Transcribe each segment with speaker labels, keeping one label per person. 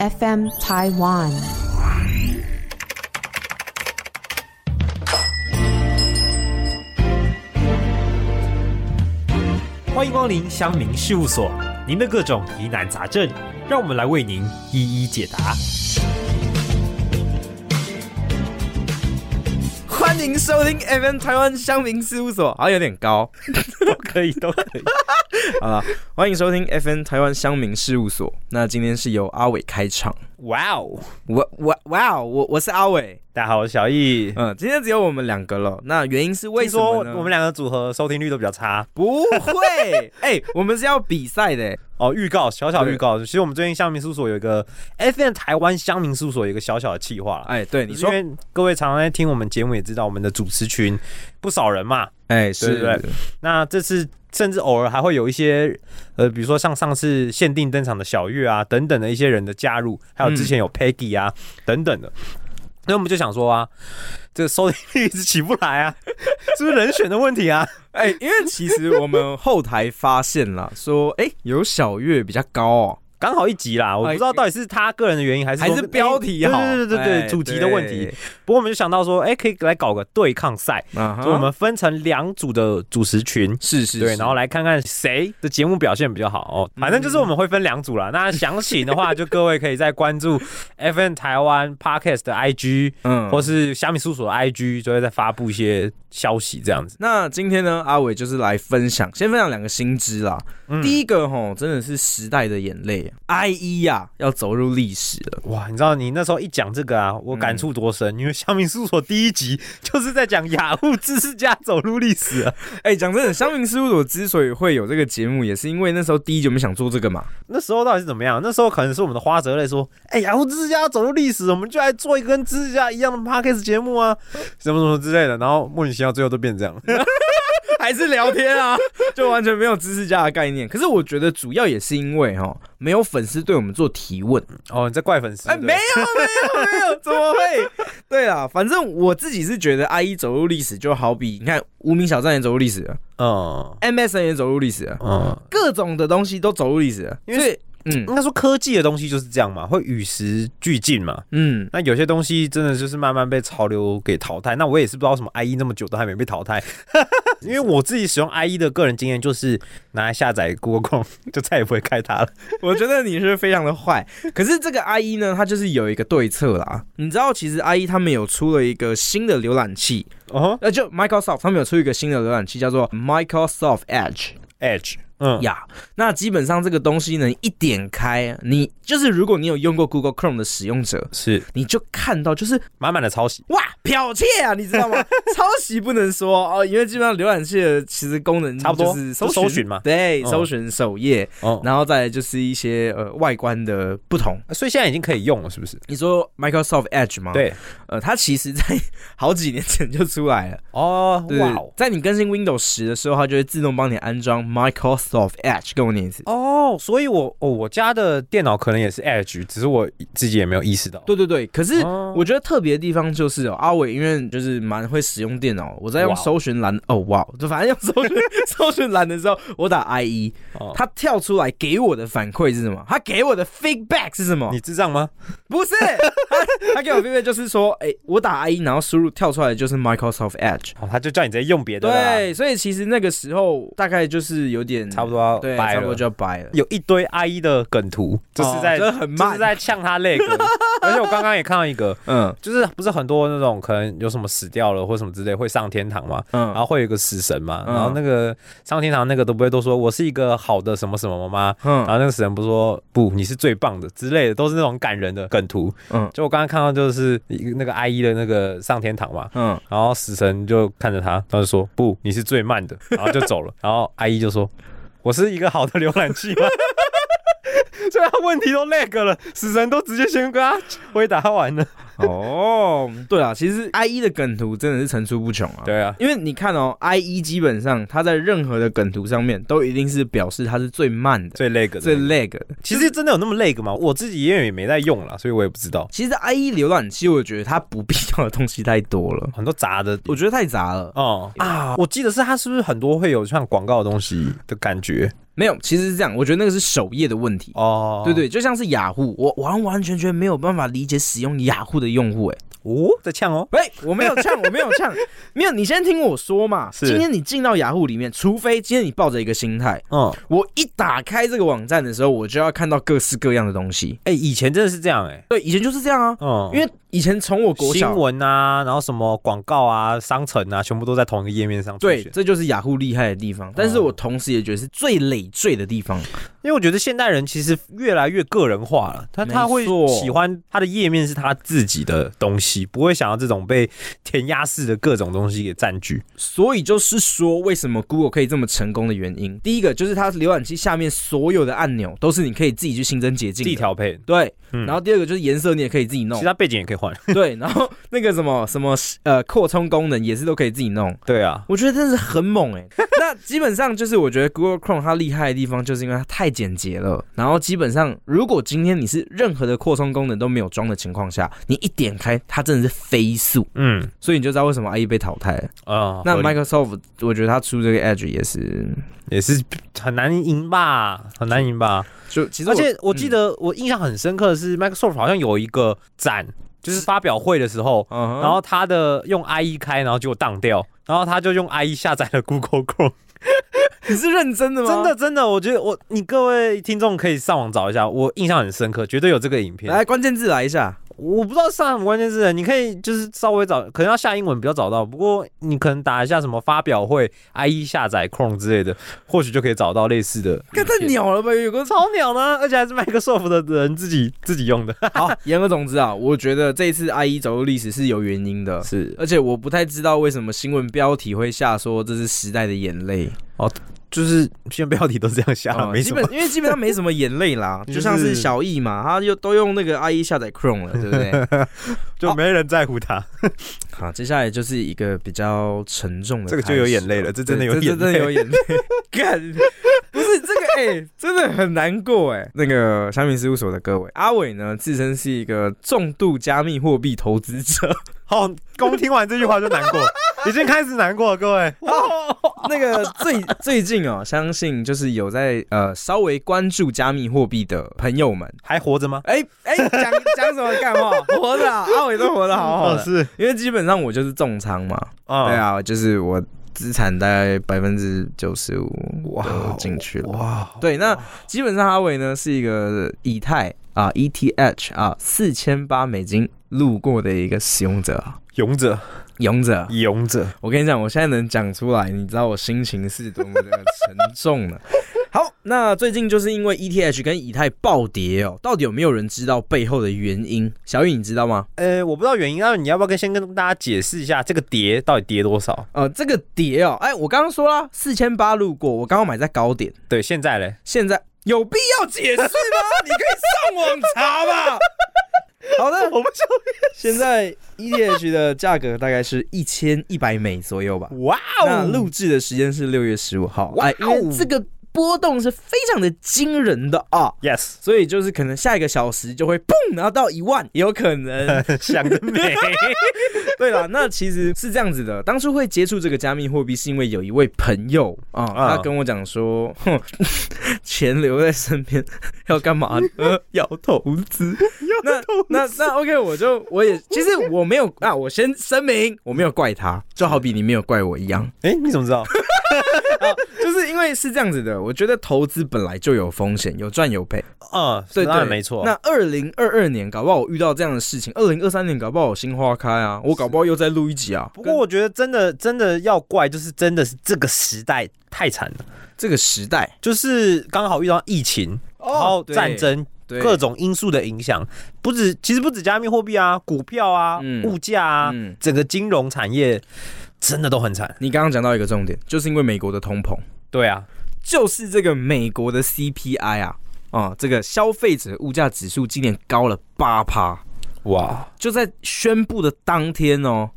Speaker 1: FM Taiwan。
Speaker 2: 欢迎光临乡民事务所，您的各种疑难杂症，让我们来为您一一解答。
Speaker 3: 欢迎收听 FM 台湾乡民事务所，好像有点高。
Speaker 2: 都可以，都可以。
Speaker 3: 好了，欢迎收听 FM 台湾乡民事务所。那今天是由阿伟开场。
Speaker 2: 哇哦！
Speaker 3: 我我哇，哦，我我是阿伟。
Speaker 2: 大家好，我是小易。
Speaker 3: 嗯，今天只有我们两个了。那原因是为
Speaker 2: 听
Speaker 3: 什
Speaker 2: 说
Speaker 3: 么呢？
Speaker 2: 我们两个组合收听率都比较差
Speaker 3: 不 会，哎、我们是要比赛的。
Speaker 2: 哦。预告，小小预告，其实我们最近乡民事务所有一个 FM 台湾乡民事务所有一个小小的企划啦。
Speaker 3: 哎、对，你
Speaker 2: 你
Speaker 3: 说
Speaker 2: 说，，因为各位常常在听我们节目，也知道我们的主持群不少人嘛。
Speaker 3: 哎、
Speaker 2: 对
Speaker 3: 是
Speaker 2: 对对那这次甚至偶尔还会有一些，呃，比如说像上次限定登场的小月啊，等等的一些人的加入，还
Speaker 3: 嗯
Speaker 2: 有之前有 Peggy 啊、等等的。那我们就想说啊，这个收听率一直起不来啊， 是不是人选的问题啊？
Speaker 3: 哎、因为其实我们后台发现了， 说，哎、有小月比较高哦。
Speaker 2: 刚好一集啦，我不知道到底是他个人的原因，还是
Speaker 3: 还
Speaker 2: 说哎
Speaker 3: 是标题好，
Speaker 2: 对对对对对
Speaker 3: 哎
Speaker 2: 主题的问题。。不过我们就想到说，哎、可以来搞个对抗赛，
Speaker 3: 啊哈
Speaker 2: 所以我们分成两组的主持群，
Speaker 3: 是是
Speaker 2: 对，
Speaker 3: 是
Speaker 2: 然后来看看谁的节目表现比较好哦。反正就是我们会分两组啦。那详情的话，就各位可以再关注 FN 台湾 Podcast 的 IG，
Speaker 3: 嗯
Speaker 2: 或是虾米搜索的 IG，就会再发布一些消息这样子。
Speaker 3: 那今天呢，阿伟就是来分享，先分享两个新知啦。
Speaker 2: 嗯
Speaker 3: 第一个吼，真的是时代的眼泪，IE 呀、要走入历史了。
Speaker 2: 哇，你知道你那时候一讲这个啊，我感触多深，因为虾米搜索第一集就是在讲雅虎知识家走入历史啊。
Speaker 3: 哎、讲真的，乡民事务所之所以会有这个节目，也是因为那时候第一就没想做这个嘛。
Speaker 2: 那时候到底是怎么样？那时候可能是我们的花泽类说：“哎、雅虎知识家走入历史，我们就来做一个跟知识家一样的 podcast 节目啊，什么什么之类的。”然后莫名其妙最后都变这样。
Speaker 3: 还是聊天啊， 就完全没有知识家的概念。可是我觉得主要也是因为哈，没有粉丝对我们做提问。
Speaker 2: 哦，你在怪粉丝？
Speaker 3: 哎、
Speaker 2: 对不
Speaker 3: 没
Speaker 2: 对
Speaker 3: 有没有没有，怎么会？ 对啦，反正我自己是觉得 IE 走入历史，就好比你看无名小站也走入历史了
Speaker 2: 嗯
Speaker 3: ，MSN 也走入历史了，
Speaker 2: 嗯，
Speaker 3: 各种的东西都走入历史了。
Speaker 2: 因为
Speaker 3: 所以，嗯
Speaker 2: 应该说科技的东西就是这样嘛，会与时俱进嘛。
Speaker 3: 嗯，
Speaker 2: 那有些东西真的就是慢慢被潮流给淘汰。那我也是不知道为什么 IE 那么久都还没被淘汰， 因为我自己使用 IE 的个人经验就是拿来下载 Google Chrome，就 再也不会开它了。
Speaker 3: 我觉得你是非常的坏。可是这个 IE 呢，它就是有一个对策啦。你知道，其实 IE 他们有出了一个新的浏览器，
Speaker 2: 哦
Speaker 3: 呃，就 Microsoft 他们有出一个新的浏览器，叫做 Microsoft Edge。
Speaker 2: ，Edge，嗯，
Speaker 3: 呀那基本上这个东西呢，一点开，你就是如果你有用过 Google Chrome 的使用者，
Speaker 2: 是
Speaker 3: 你就看到就是
Speaker 2: 满满的抄袭。
Speaker 3: 哇剽窃啊，你知 道吗？抄袭不能说哦，因为基本上浏览器的其实功能
Speaker 2: 差不多
Speaker 3: 就是
Speaker 2: 就
Speaker 3: 搜
Speaker 2: 搜寻嘛
Speaker 3: 对，
Speaker 2: 嗯
Speaker 3: 搜寻首页，
Speaker 2: 哦，
Speaker 3: 然后再来就是一些呃外观的不同。
Speaker 2: 所以现在已经可以用了，是不是？
Speaker 3: 你说 Microsoft Edge 吗？，
Speaker 2: 对，
Speaker 3: 呃，它其实在 好几年前就出来了。
Speaker 2: 哦，
Speaker 3: 对
Speaker 2: 哇哦，
Speaker 3: 在你更新 Windows 十的时候，它就会自动帮你安装 Microsoft Edge。跟我念一次。
Speaker 2: 哦，所以我哦，我家的电脑可能也是 Edge，只是我自己也没有意识到。
Speaker 3: 对对对，可是
Speaker 2: 哦
Speaker 3: 我觉得特别的地方就是哦，阿伟因为就是蛮会使用电脑，我在用
Speaker 2: 哇哦
Speaker 3: 搜寻栏哦哇，就反正用搜 寻搜寻栏的时候，我打 IE，
Speaker 2: 哦
Speaker 3: 它跳出来给我的反馈是什么？它给我的 feedback 是什么
Speaker 2: 你？智障吗？
Speaker 3: 不是，它它给我 feedback 就是说，哎、我打 IE，然后输入跳出来的就是 Microsoft Edge。
Speaker 2: 哦，他就叫你直接用别的啦，
Speaker 3: 对，所以其实那个时候大概就是有点
Speaker 2: 啊差不多要
Speaker 3: 对，
Speaker 2: 掰
Speaker 3: 差不多
Speaker 2: 了。
Speaker 3: 就要掰了。
Speaker 2: 有一堆 IE 的梗图，就是在、
Speaker 3: 就是很
Speaker 2: 就
Speaker 3: 慢
Speaker 2: 是在呛他那 个，而且我刚刚也看到一个，
Speaker 3: 嗯
Speaker 2: 就是不是很多那种可能有什么死掉了或什么之类会上天堂嘛，然
Speaker 3: 嗯，
Speaker 2: 后会有一个死神嘛，
Speaker 3: 嗯
Speaker 2: 然后那个上天堂那个都不会都说我是一个好的什么什么吗？然
Speaker 3: 嗯
Speaker 2: 后那个死神不说不，你是最棒的之类的，都是那种感人的梗图。
Speaker 3: 嗯
Speaker 2: 就我刚刚看到就是一个那个 IE 的那个上天堂嘛，
Speaker 3: 嗯，
Speaker 2: 然后死神就看着他，然后就说：“不，你是最慢的。”然后就走了。 然后阿姨就说：“我是一个好的浏览器吗？” 所以他问题都那个了，死神都直接先跟他回答完了。
Speaker 3: 哦，对啊，其实 I E 的梗图真的是层出不穷啊。
Speaker 2: 对啊，
Speaker 3: 因为你看哦，I E 基本上它在任何的梗图上面都一定是表示它是最慢的、
Speaker 2: 最那个
Speaker 3: 最
Speaker 2: 的。
Speaker 3: lag 的。
Speaker 2: 其实真的有那么累个吗？我自己因为也没在用啦，所以我也不知道
Speaker 3: 其实 I E 浏览器，我觉得它不必要的东西太多了，
Speaker 2: 很多杂的。
Speaker 3: 我觉得太杂了。
Speaker 2: 哦啊，我记得是它是不是很多会有像广告的东西的感觉
Speaker 3: 没有，其实是这样，我觉得那个是首页的问题。
Speaker 2: 哦？
Speaker 3: 对对，就像是雅虎，我完完全全没有办法理解使用雅虎的用户、哎，
Speaker 2: 哦，在呛哦，
Speaker 3: 喂，我没有 呛，我没有呛，没有，你先听我说嘛。
Speaker 2: 是
Speaker 3: 今天你进到雅虎里面，除非今天你抱着一个心态，
Speaker 2: 嗯，
Speaker 3: 我一打开这个网站的时候，我就要看到各式各样的东西。
Speaker 2: 哎、以前真的是这样哎、
Speaker 3: 对，以前就是这样啊，
Speaker 2: 嗯，
Speaker 3: 因为以前从我国
Speaker 2: 新
Speaker 3: 小，
Speaker 2: 闻啊，然后什么广告啊、商城啊，全部都在同一个页面上出
Speaker 3: 对，
Speaker 2: 现。
Speaker 3: 这就是雅虎厉害的地方。但
Speaker 2: 哦
Speaker 3: 是我同时也觉得是最累赘的地方。
Speaker 2: 因为我觉得现代人其实越来越个人化了，他
Speaker 3: 没
Speaker 2: 他会
Speaker 3: 错
Speaker 2: 喜欢他的页面是他自己的东西，不会想要这种被填鸭式的各种东西给占据。
Speaker 3: 所以就是说，为什么 Google 可以这么成功的原因，第一个就是它浏览器下面所有的按钮都是你可以自己去新增捷径
Speaker 2: 地
Speaker 3: 的。
Speaker 2: 条配，
Speaker 3: 对，
Speaker 2: 嗯啊
Speaker 3: 然后第二个就是颜色你也可以自己
Speaker 2: 其
Speaker 3: 弄
Speaker 2: 实，它背景也可以换。
Speaker 3: 对，然后那个什么什么呃扩充功能也是都可以自己弄，
Speaker 2: 对啊，
Speaker 3: 我觉得真的是很猛哎、 那基本上就是我觉得 Google Chrome 它厉害的地方，就是因为它太简洁了。然后基本上，如果今天你是任何的扩充功能都没有装的情况下，你一点开它真的是飞速，
Speaker 2: 嗯
Speaker 3: 所以你就知道为什么 IE 被淘汰了。
Speaker 2: 啊，
Speaker 3: 那
Speaker 2: 合理
Speaker 3: Microsoft 我觉得它出这个 Edge 也是，
Speaker 2: 也是很难赢吧，很难赢吧。
Speaker 3: 就其实
Speaker 2: 而
Speaker 3: 我
Speaker 2: 且我嗯记得我印象很深刻的是，Microsoft 好像有一个展，就是发表会的时候，
Speaker 3: 嗯哼
Speaker 2: 然后他的用 IE 开，然后结果当掉，然后他就用 IE 下载了 Google Chrome。
Speaker 3: 你是认真的吗？
Speaker 2: 真的真的，我觉得我你各位听众可以上网找一下，我印象很深刻，绝对有这个影片。
Speaker 3: 来关键字来一下，
Speaker 2: 我不知道上什么关键字，你可以就是稍微找，可能要下英文比较找到，不过你可能打一下什么发表会、IE 下载 Chrome 之类的，或许就可以找到类似的。
Speaker 3: 看太鸟了吧，有个
Speaker 2: 超鸟呢，而且还是 Microsoft 的人自己自己用的。
Speaker 3: 好，言而总之啊，我觉得这一次 IE 走入历史是有原因的，
Speaker 2: 是
Speaker 3: 而且我不太知道为什么新闻标题会下说这是时代的眼泪，
Speaker 2: 就是新闻标题都是这样下，
Speaker 3: 哦
Speaker 2: 啊没
Speaker 3: 基
Speaker 2: 什
Speaker 3: 本
Speaker 2: 么。
Speaker 3: 因为基本上没什么眼泪 啦，
Speaker 2: 就
Speaker 3: 就是像是小易嘛，他又都用那个 IE 下载 Chrome 了， 对不对？
Speaker 2: 就没人在乎他，
Speaker 3: 好，接下来就是一个比较沉重的，
Speaker 2: 这个就有眼泪了，。这真的有
Speaker 3: 对这
Speaker 2: 眼
Speaker 3: 真的有
Speaker 2: 泪。
Speaker 3: 眼泪， 干不是这个哎、真的很难过哎、那个香民事务所的各位，阿伟呢自称是一个重度加密货币投资者，
Speaker 2: 好，刚听完这句话就难过， 已经开始难过了，各位。
Speaker 3: 那个最最近哦，相信就是有在呃稍微关注加密货币的朋友们，
Speaker 2: 还活着吗？
Speaker 3: 哎哎，讲讲什么干话？活着、啊，阿伟都活得好好
Speaker 2: 哦，
Speaker 3: 的，
Speaker 2: 是
Speaker 3: 因为基本上我就是重仓嘛，
Speaker 2: 啊
Speaker 3: 对，啊，就是我资产大概百分之九十五
Speaker 2: 哇
Speaker 3: 进去了。
Speaker 2: 哇，
Speaker 3: 对，那基本上阿伟呢是一个以太啊 ETH 啊四千八美金路过的一个使用者啊，
Speaker 2: 勇者，
Speaker 3: 勇者。
Speaker 2: 勇者，
Speaker 3: 我跟你讲，我现在能讲出来，你知道我心情是多么的沉重了。好，那最近就是因为 ETH 跟以太暴跌哦，到底有没有人知道背后的原因？小雨，你知道吗？
Speaker 2: 呃，我不知道原因，那你要不要跟先跟大家解释一下这个跌到底跌多少？
Speaker 3: 呃，这个跌哦，哎，我刚刚说啦，四千八路过，我刚刚买在高点，
Speaker 2: 对，现在嘞，
Speaker 3: 现在有必要解释吗？你可以上网查吧。 好的，
Speaker 2: 我们就
Speaker 3: 现在 ETH 的价格大概是一千一百美左右吧。
Speaker 2: 哇哦
Speaker 3: 那录制的时间是六月十五号，
Speaker 2: 哇
Speaker 3: 哎，哦因为
Speaker 2: 哦
Speaker 3: 这个波动是非常的惊人的啊，
Speaker 2: ，yes，
Speaker 3: 所以就是可能下一个小时就会砰，然后到一万，也有可能。
Speaker 2: 想得 美，
Speaker 3: 对了，那其实是这样子的，当初会接触这个加密货币，是因为有一位朋友啊，
Speaker 2: 啊
Speaker 3: 他跟我讲说，哼， 钱留在身边要干嘛呢？呃 要投资。那那那 OK，我就我也其实我没有啊，我先声明，我没有怪他，就好比你没有怪我一样，
Speaker 2: 哎，你怎么知 道？
Speaker 3: 就是因为是这样子的，我觉得投资本来就有风险，有赚有赔。
Speaker 2: 嗯，
Speaker 3: 对
Speaker 2: 当
Speaker 3: 对，
Speaker 2: 然没错。
Speaker 3: 那二零二二年，搞不好我遇到这样的事情；二零二三年，搞不好我心花开啊，我搞不好又再录一集啊。
Speaker 2: 不过我觉得真的真的要怪，就是真的是这个时代太惨了，
Speaker 3: 这个时代，
Speaker 2: 就是刚好遇到疫情，然后
Speaker 3: 对
Speaker 2: 哦战争
Speaker 3: 哦对
Speaker 2: 各种因素的影响，不止其实不止加密货币啊，股票啊，
Speaker 3: 嗯
Speaker 2: 物价啊，
Speaker 3: 嗯，
Speaker 2: 整个金融产业真的都很惨。
Speaker 3: 你刚刚讲到一个重点，就是因为美国的通膨，
Speaker 2: 对啊，
Speaker 3: 就是这个美国的 CPI 啊，啊、这个消费者物价指数今年高了八趴，
Speaker 2: 哇，
Speaker 3: 就在宣布的当天哦，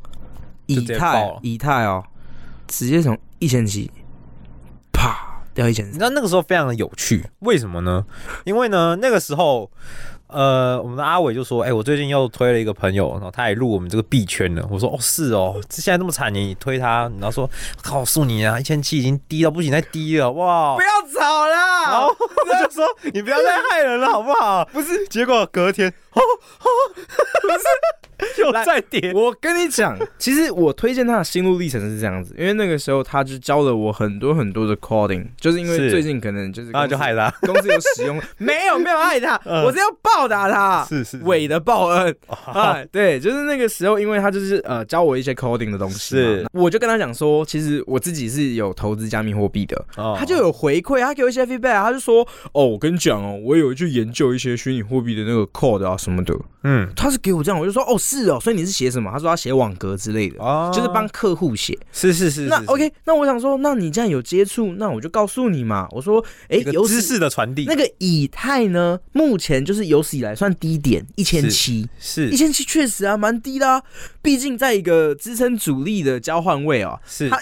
Speaker 3: 以
Speaker 2: 直接爆
Speaker 3: 太
Speaker 2: 了
Speaker 3: 以太哦，直接从一千七啪掉一千
Speaker 2: 你知道那个时候非常的有趣，为什么呢？因为呢，那个时候，呃，我们的阿伟就说：“哎、我最近又推了一个朋友，然后他也入我们这个币圈了。”我说：“哦，是哦，这现在那么惨，你推他，然后说告诉你啊，一千七已经低到不行，再低了，哇
Speaker 3: 不！”要吵
Speaker 2: 然
Speaker 3: 啦
Speaker 2: 后！我就说：“你不要再害人了，好不好？”不是，结果隔天，哦哦，不是 又再跌，
Speaker 3: 我跟你讲， 其实我推荐他的心路历程是这样子，因为那个时候他就教了我很多很多的 coding，就是因为
Speaker 2: 是
Speaker 3: 最近可能就是
Speaker 2: 然后就害他，
Speaker 3: 公司有使 用，没有没有害他，
Speaker 2: 嗯
Speaker 3: 我是要报答他，
Speaker 2: 是是
Speaker 3: 伟的报恩
Speaker 2: 啊，
Speaker 3: 啊，对，就是那个时候，因为他就是呃教我一些 coding 的东西嘛，
Speaker 2: 是
Speaker 3: 我就跟他讲说，其实我自己是有投资加密货币的，
Speaker 2: 哦
Speaker 3: 他就有回馈，他给我一些 feedback，啊他就说，哦，我跟你讲哦，我有去研究一些虚拟货币的那个 code 啊什么的，
Speaker 2: 嗯
Speaker 3: 他是给我这样，我就说，哦，是哦，所以你是写什么？他说他写网格之类的。
Speaker 2: 哦
Speaker 3: 就是帮客户写，
Speaker 2: 是是是，
Speaker 3: 那
Speaker 2: 是是
Speaker 3: OK，那我想说，那你既然有接触，那我就告诉你嘛。我说，哎、
Speaker 2: 一个
Speaker 3: 有
Speaker 2: 知识的传递，
Speaker 3: 那个以太呢，目前就是有史以来算低点，一千七，
Speaker 2: 是
Speaker 3: 一千七确实啊，蛮低的、啊。毕竟在一个支撑主力的交换位哦，
Speaker 2: 是
Speaker 3: 他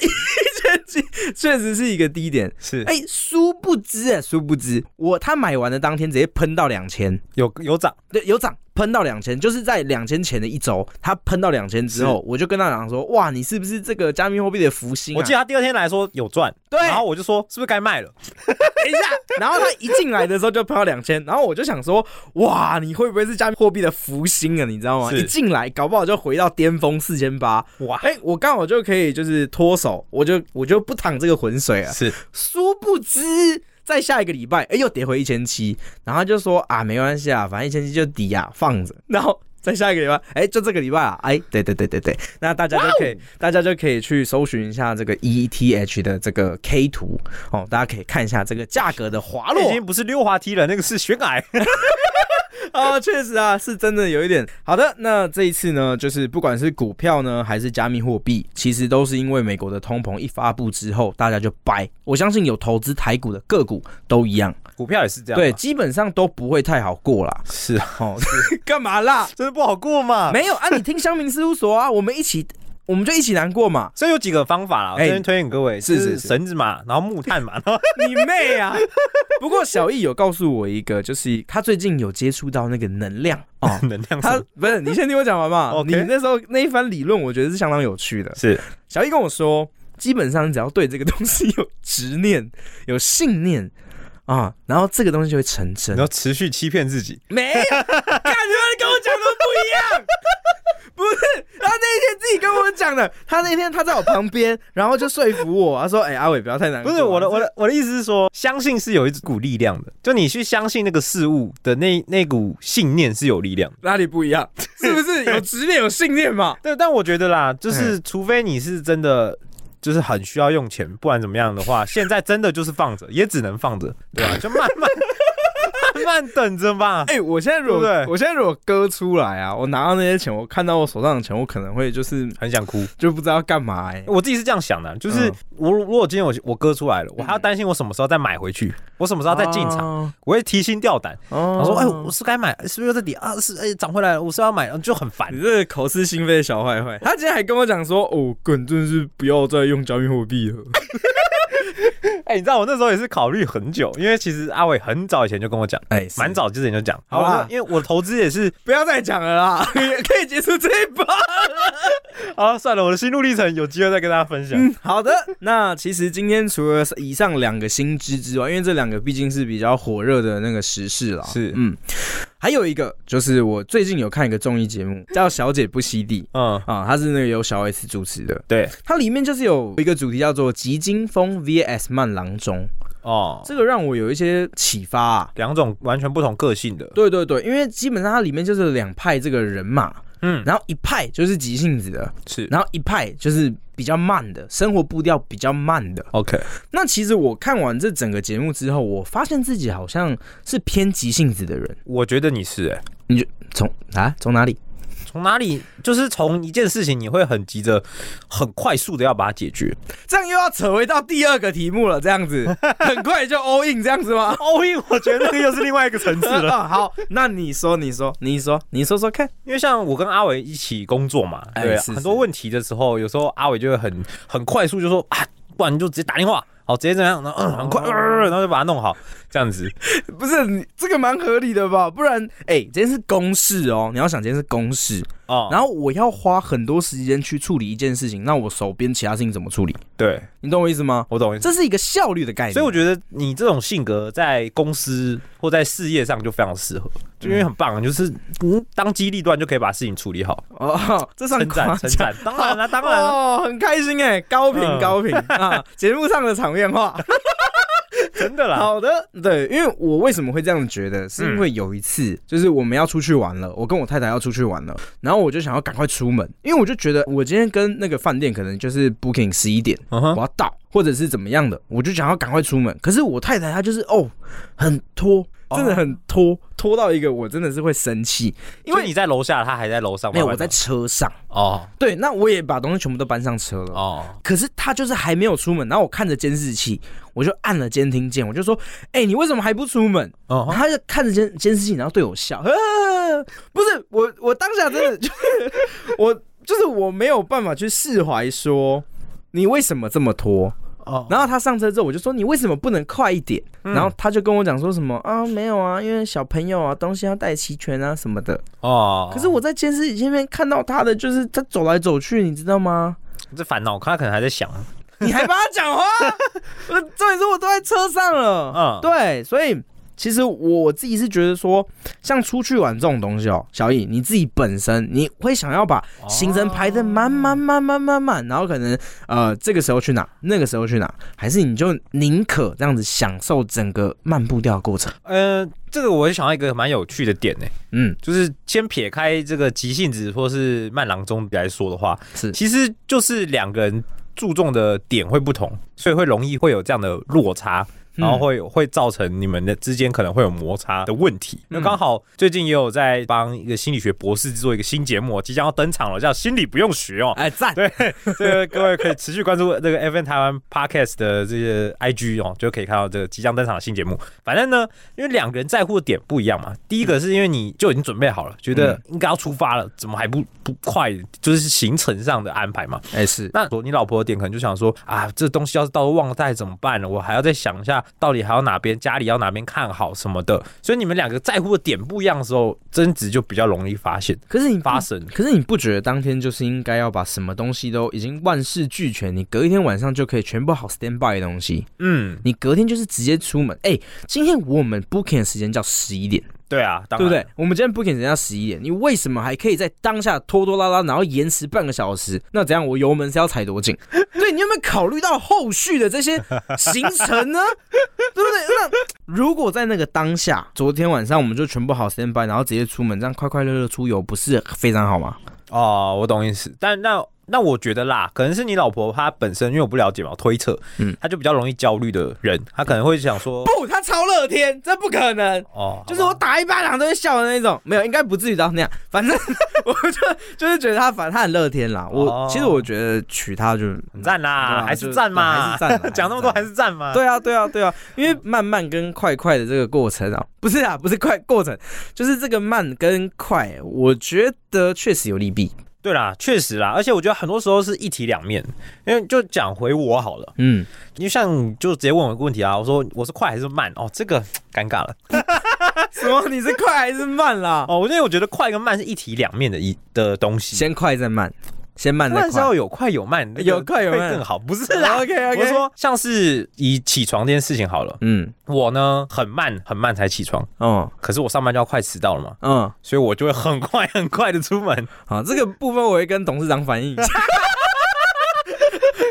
Speaker 3: 确实是一个低点。
Speaker 2: 是，
Speaker 3: 哎、殊不知哎，殊不知我他买完的当天直接喷到两千，
Speaker 2: 有有涨，
Speaker 3: 对，有涨，喷到两千，就是在两千前的一周，他喷到两千之后，我就跟他讲说，哇，你是不是这个加密货币的福星、啊？
Speaker 2: 我记得他第二天来说有赚，
Speaker 3: 对
Speaker 2: 然后我就说是不是该卖了？
Speaker 3: 等一下，哎然后他一进来的时候就喷到两千，然后我就想说，哇，你会不会是加密货币的福星啊？你知道吗？
Speaker 2: 是
Speaker 3: 一进来，搞不好就回到巅峰四千八，
Speaker 2: 哇，
Speaker 3: 哎，我刚好就可以就是脱手，我就我就不淌这个浑水啊。
Speaker 2: 是
Speaker 3: 殊不知，在下一个礼拜，哎，又跌回一千七，然后他就说啊，没关系啊，反正一千七就抵啊，放着， 然后。在下一个礼拜，哎、就这个礼拜啊，哎，对对对对对，那大家就可以，
Speaker 2: 哦
Speaker 3: 大家就可以去搜寻一下这个 ETH 的这个 K 图哦，大家可以看一下这个价格的滑
Speaker 2: 那
Speaker 3: 落
Speaker 2: 哎已经不是溜滑梯了，那个是悬崖。
Speaker 3: 啊，确实啊，是真的有一点。好的，那这一次呢，就是不管是股票呢，还是加密货币，其实都是因为美国的通膨一发布之后，大家就掰。我相信有投资台股的个股都一样，
Speaker 2: 股票也是这样，啊
Speaker 3: 对，，基本上都不会太好过啦。
Speaker 2: 是啊，
Speaker 3: 哦， 干嘛啦？
Speaker 2: 真的不好过嘛。
Speaker 3: 没有啊，你听乡民事务所啊，我们一起，我们就一起难过 嘛。
Speaker 2: 所以有几个方法啦，我这
Speaker 3: 哎
Speaker 2: 边推荐给各位，
Speaker 3: 是
Speaker 2: 就是
Speaker 3: 是
Speaker 2: 绳子嘛，然后木炭嘛，然后。
Speaker 3: 你妹啊！不过小易有告诉我一个，就是他最近有接触到那个能量哦
Speaker 2: 能量什
Speaker 3: 他
Speaker 2: 么
Speaker 3: 不是你先听我讲完 嘛
Speaker 2: OK
Speaker 3: 你那时候那一番理论，我觉得是相当有趣 的。
Speaker 2: 是
Speaker 3: 小易跟我说，基本上你只要对这个东西有执念、有信念啊，然后这个东西就会成真
Speaker 2: 你。要持续欺骗自己，
Speaker 3: 没有，感觉跟我讲的不一样。不是，他那一天自己跟我讲的。他那天他在我旁边，然后就说服我，他说：“哎、阿伟不要太难
Speaker 2: 不
Speaker 3: 过。”
Speaker 2: 是我的我的我的意思是说，相信是有一股力量的，就你去相信那个事物的那那股信念是有力量的。
Speaker 3: 哪里不一样？是不是有执念、有信念嘛？
Speaker 2: 对，但我觉得啦，
Speaker 3: 嗯
Speaker 2: 就是除非你是真的。就是很需要用钱，不然怎么样的话，现在真的就是放着，也只能放着，对 吧、就慢慢慢慢等着吧。
Speaker 3: 哎、我现在如果
Speaker 2: 对不对
Speaker 3: 我现在如果割出来啊，我拿到那些钱，我看到我手上的钱，我可能会就是
Speaker 2: 很想哭，
Speaker 3: 就不知道干嘛哎、
Speaker 2: 我自己是这样想的，就是
Speaker 3: 嗯
Speaker 2: 我如果今天我我割出来了，我还要担心我什么时候再买回去，我什么时候再进场，
Speaker 3: 场。
Speaker 2: 我会提心吊胆。
Speaker 3: 哦
Speaker 2: 我说，哎，我是该买，是不是又在底啊？是哎涨回来了，我是要买，就很烦
Speaker 3: 你。这个口是心非的小坏坏。他今天还跟我讲说，哦，滚，真的是不要再用加密货币了。
Speaker 2: 哎，你知道我那时候也是考虑很久，因为其实阿伟很早以前就跟我讲，
Speaker 3: 哎，
Speaker 2: 蛮，早之前就讲，好
Speaker 3: 好啦
Speaker 2: 吧？因为我投资也 是，
Speaker 3: 不要再讲了 啦，可以结束这一把。
Speaker 2: 好了啊算了，我的心路历程有机会再跟大家分享。
Speaker 3: 嗯，好的。那其实今天除了以上两个新知之外，因为这两个毕竟是比较火热的那个时事啦，
Speaker 2: 是
Speaker 3: 嗯，还有一个就是我最近有看一个综艺节目叫《小姐不吸地》。
Speaker 2: 嗯，
Speaker 3: 啊，它是那个由小 S 主持的，
Speaker 2: 对，
Speaker 3: 它里面就是有一个主题叫做“吉金风 VS 慢郎中”，
Speaker 2: 哦，
Speaker 3: 这个让我有一些启发啊。
Speaker 2: 两种完全不同个性的，
Speaker 3: 对对对，因为基本上它里面就是两派这个人嘛，
Speaker 2: 嗯，
Speaker 3: 然后一派就是急性子的，
Speaker 2: 是
Speaker 3: 然后一派就是比较慢的，生活步调比较慢的。
Speaker 2: OK，
Speaker 3: 那其实我看完这整个节目之后，我发现自己好像是偏急性子的人。
Speaker 2: 我觉得你是哎，
Speaker 3: 从啊，从哪里？
Speaker 2: 从哪里就是从一件事情，你会很急着、很快速的要把它解 决。
Speaker 3: 这样又要扯回到第二个题目了，这样 子很快就 all in 这样子吗？
Speaker 2: 奥运，哦我觉得那个 又是另外一个层次了。
Speaker 3: 啊， 好，那你说，你说，你说，你说说看。
Speaker 2: 因为像我跟阿伟一起工作嘛，
Speaker 3: 哎
Speaker 2: 对，
Speaker 3: 是
Speaker 2: 很多问题的时候，有时候阿伟就会很很快速就说啊，不然你就直接打电话，好，直接怎样，然后、
Speaker 3: 哦
Speaker 2: 嗯、很快、呃然后就把它弄好，这样 子。
Speaker 3: 不是你这个蛮合理的吧？不然，哎、今天是公事哦，你要想今天是公事，
Speaker 2: 哦，
Speaker 3: 然后我要花很多时间去处理一件事情，那我手边其他事情怎么处理？
Speaker 2: 对，
Speaker 3: 你懂我意思吗？
Speaker 2: 我懂意思。
Speaker 3: 这是一个效率的概念。
Speaker 2: 所以我觉得你这种性格在公司或在事业上就非常适合，就因为很棒，就是嗯，当机立断就可以把事情处理 好。
Speaker 3: 哦，这算
Speaker 2: 称
Speaker 3: 夸
Speaker 2: 赞称
Speaker 3: 奖
Speaker 2: 赞，当然了，当然了，
Speaker 3: 哦，很开心哎，高频
Speaker 2: 嗯
Speaker 3: 高频啊！节目上的场面话，
Speaker 2: 真的啦。
Speaker 3: 好的，对，因为我为什么会这样觉得，是因
Speaker 2: 嗯
Speaker 3: 为有一次就是我们要出去玩了，我跟我太太要出去玩了，然后我就想要赶快出门，因为我就觉得我今天跟那个饭店可能就是 booking 十一点，
Speaker 2: 嗯哼
Speaker 3: 我要到，或者是怎么样的，我就想要赶快出门。可是我太太她就是哦，很拖，真
Speaker 2: 哦
Speaker 3: 的很拖，拖到一个我真的是会生气，因
Speaker 2: 就
Speaker 3: 为
Speaker 2: 你在楼下，他还在楼上
Speaker 3: 没
Speaker 2: 慢慢弄。
Speaker 3: 有我在车上。
Speaker 2: 哦
Speaker 3: 对，那我也把东西全部都搬上车了。
Speaker 2: 哦，
Speaker 3: 可是他就是还没有出门，然后我看着监视器，我就按了监听键，我就说：“哎、你为什么还不出门？”然后
Speaker 2: 哦，
Speaker 3: 他就看着监监视器，然后对我笑，呵不是我，我当下真 的就是我就是我没有办法去释怀，说你为什么这么拖？
Speaker 2: 哦嗯
Speaker 3: 然后他上车之后，我就说你为什么不能快一点？然后他就跟我讲说什么啊，没有啊，因为小朋友啊，东西要带齐全啊什么的。
Speaker 2: 哦，
Speaker 3: 可是我在监视器前面看到他的，就是他走来走去，你知道吗？
Speaker 2: 这烦恼，他可能还在想，
Speaker 3: 你还帮他讲话？我重点是我都在车上了。嗯
Speaker 2: 嗯，
Speaker 3: 对，所以其实我自己是觉得说，像出去玩这种东西哦，小易你自己本身你会想要把行程排的满满满满满满，然后可能呃这个时候去哪，那个时候去哪，还是你就宁可这样子享受整个漫步调的过程？
Speaker 2: 呃，这个我想到一个蛮有趣的点呢，
Speaker 3: 嗯，
Speaker 2: 就是先撇开这个急性子或是慢郎中来说的话，
Speaker 3: 是
Speaker 2: 其实就是两个人注重的点会不同，所以会容易会有这样的落差。然后会会造成你们的之间可能会有摩擦的问题。那刚好最近也有在帮一个心理学博士制作一个新节目，即将要登场了，叫《心理不用学》哦。
Speaker 3: 哎赞，
Speaker 2: 对，这个各位可以持续关注那个 FN 台湾 Podcast 的这些 IG 哦，就可以看到这个即将登场的新节目。反正呢，因为两个人在乎的点不一样嘛。第一个是因为你就已经准备好了，觉
Speaker 3: 嗯
Speaker 2: 得应该要出发了，怎么还不不快？就是行程上的安排嘛。
Speaker 3: 哎是，
Speaker 2: 那你老婆的点可能就想说啊，这东西要是到时候忘了带怎么办呢？我还要再想一下，到底还要哪边家里要哪边看好什么的。所以你们两个在乎的点不一样的时候，争执就比较容易发现
Speaker 3: 可是你
Speaker 2: 发生。
Speaker 3: 可是你不觉得当天就是应该要把什么东西都已经万事俱全，你隔一天晚上就可以全部好 stand by 的东西，
Speaker 2: 嗯，
Speaker 3: 你隔天就是直接出门。哎、今天我们 booking 的时间叫十一点，
Speaker 2: 对啊，当
Speaker 3: 对不
Speaker 2: 然
Speaker 3: 对？我们今天 booking 时间叫十一点，你为什么还可以在当下拖拖拉拉，然后延迟半个小时？那怎样？我油门是要踩多 紧？对你有没有考虑到后续的这些行程呢？对不对？那如果在那个当下，昨天晚上我们就全部好 stand by，然后直接出门，这样快快乐乐出游，不是非常好吗？
Speaker 2: 哦，我懂意思，但那那我觉得啦，可能是你老婆她本身，因为我不了解嘛，我推测，
Speaker 3: 嗯
Speaker 2: 嗯，她就比较容易焦虑的人，她可能会想说，
Speaker 3: 不，他超乐天，这不可能。
Speaker 2: 哦，
Speaker 3: 就是我打一巴掌都会笑的那种，没有，应该不至于到那样。反正 我就就是觉得他，反正他很乐天啦。我、
Speaker 2: 哦
Speaker 3: 其实我觉得娶她就
Speaker 2: 很赞啦，
Speaker 3: 对啊
Speaker 2: 还
Speaker 3: 就是
Speaker 2: 赞嘛，
Speaker 3: 还 是赞嘛
Speaker 2: 讲那么多还是赞嘛，
Speaker 3: 对啊，对啊，对啊，因为慢慢跟快快的这个过程啊，不是啊，不是快过程，就是这个慢跟快，我觉得确实有利弊。
Speaker 2: 对啦，确实啦，而且我觉得很多时候是一体两面，因为就讲回我好了，
Speaker 3: 嗯，
Speaker 2: 因为像你就直接问我一个问题啊，我说我是快还是慢，哦，这个尴尬了，
Speaker 3: 什么？你是快还是慢啦？
Speaker 2: 哦，因为我觉得快跟慢是一体两面的一的东西，
Speaker 3: 先快再慢，先慢
Speaker 2: 那
Speaker 3: 再
Speaker 2: 是要
Speaker 3: 快。
Speaker 2: 有快有慢，那个
Speaker 3: 有快有
Speaker 2: 会
Speaker 3: 慢
Speaker 2: 更好，不是啦。
Speaker 3: OK
Speaker 2: 我
Speaker 3: OK，
Speaker 2: 说像是以起床这件事情好了，
Speaker 3: 嗯，
Speaker 2: 我呢很慢很慢才起床，
Speaker 3: 哦，
Speaker 2: 可是我上班就要快迟到了嘛，
Speaker 3: 嗯，
Speaker 2: 所以我就会很快很快的出门。
Speaker 3: 好，这个部分我会跟董事长反映一 下。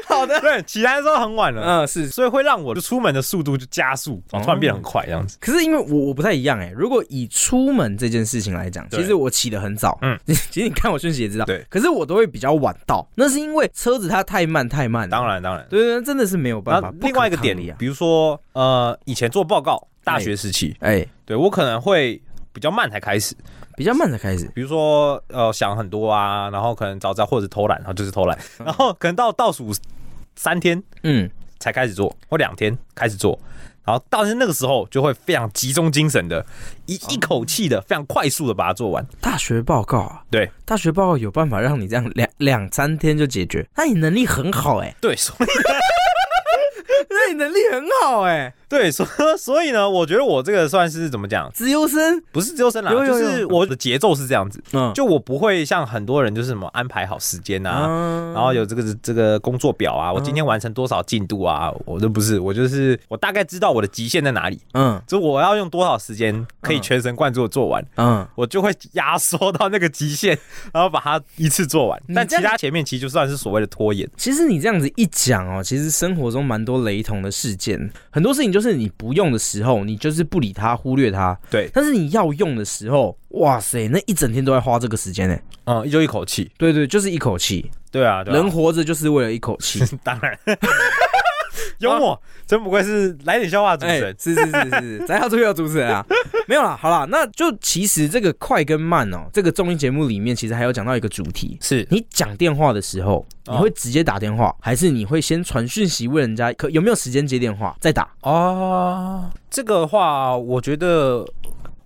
Speaker 3: 好的，
Speaker 2: 对，起来的时候很晚了，
Speaker 3: 嗯，是
Speaker 2: 所以会让我就出门的速度就加速，
Speaker 3: 哦
Speaker 2: 哦、突然变得很快这样子。
Speaker 3: 可是因为我我不太一样哎、如果以出门这件事情来讲，
Speaker 2: 对
Speaker 3: 其实我起得很早，嗯
Speaker 2: 嗯，
Speaker 3: 其实你看我讯息也知道，
Speaker 2: 对。
Speaker 3: 可是我都会比较晚到，那是因为车子它太慢太慢了，
Speaker 2: 当然当然。
Speaker 3: 对，对，对真的是没有
Speaker 2: 然
Speaker 3: 办
Speaker 2: 后
Speaker 3: 法。
Speaker 2: 另外一个
Speaker 3: 不可抗力
Speaker 2: 点，
Speaker 3: 啊，
Speaker 2: 比如说呃，以前做报告，大学时期，
Speaker 3: 哎，
Speaker 2: 对我可能会比较慢才开始，
Speaker 3: 比较慢才开始，
Speaker 2: 比如说呃想很多啊，然后可能早知道或者偷懒，然后就是偷 懒，然后可能到倒数三天
Speaker 3: 嗯，
Speaker 2: 才开始做，或两天开始做，然后到是那个时候就会非常集中精神的，一
Speaker 3: 哦
Speaker 2: 一口气的非常快速的把它做完。
Speaker 3: 大学报告啊，
Speaker 2: 对
Speaker 3: 大学报告有办法让你这样两两三天就解决，那你能力很好 哎、
Speaker 2: 对，所以
Speaker 3: 那你能力很好哎、
Speaker 2: 对，所所以呢，我觉得我这个算是怎么讲，
Speaker 3: 资优生，
Speaker 2: 不是自由生啦，
Speaker 3: 有有有
Speaker 2: 就是我的节奏是这样子，
Speaker 3: 嗯，
Speaker 2: 就我不会像很多人就是什么安排好时间啊，
Speaker 3: 啊
Speaker 2: 然后有这个这个工作表
Speaker 3: 嗯
Speaker 2: 啊，我今天完成多少进度啊，我都不是，我就是我大概知道我的极限在哪里，
Speaker 3: 嗯
Speaker 2: 就我要用多少时间可以全神贯注的做完，
Speaker 3: 嗯，
Speaker 2: 我就会压缩到那个极限， 然后把它一次做完。
Speaker 3: 你
Speaker 2: 但
Speaker 3: 这
Speaker 2: 其
Speaker 3: 样
Speaker 2: 他前面其实就算是所谓的拖延，
Speaker 3: 其实你这样子一讲哦，其实生活中蛮多雷同的事件，很多事情就是你不用的时候，你就是不理它、忽略它；
Speaker 2: 对，
Speaker 3: 但是你要用的时候，哇塞，那一整天都在花这个时间呢。
Speaker 2: 嗯，就一口气，
Speaker 3: 对对，就是一口气，
Speaker 2: 对啊，对啊
Speaker 3: 人活着就是为了一口气。
Speaker 2: 当然。 幽默，真不愧是来点笑话的主持人。
Speaker 3: 哎是是是是，咱要注意要主持人 啊，没有啦，好啦，那就其实这个快跟慢哦，这个综艺节目里面其实还有讲到一个主题，
Speaker 2: 是
Speaker 3: 你讲电话的时候，
Speaker 2: 哦
Speaker 3: 你会直接打电话，还是你会先传讯息问人家可有没有时间接电话再打？
Speaker 2: 哦，这个话我觉得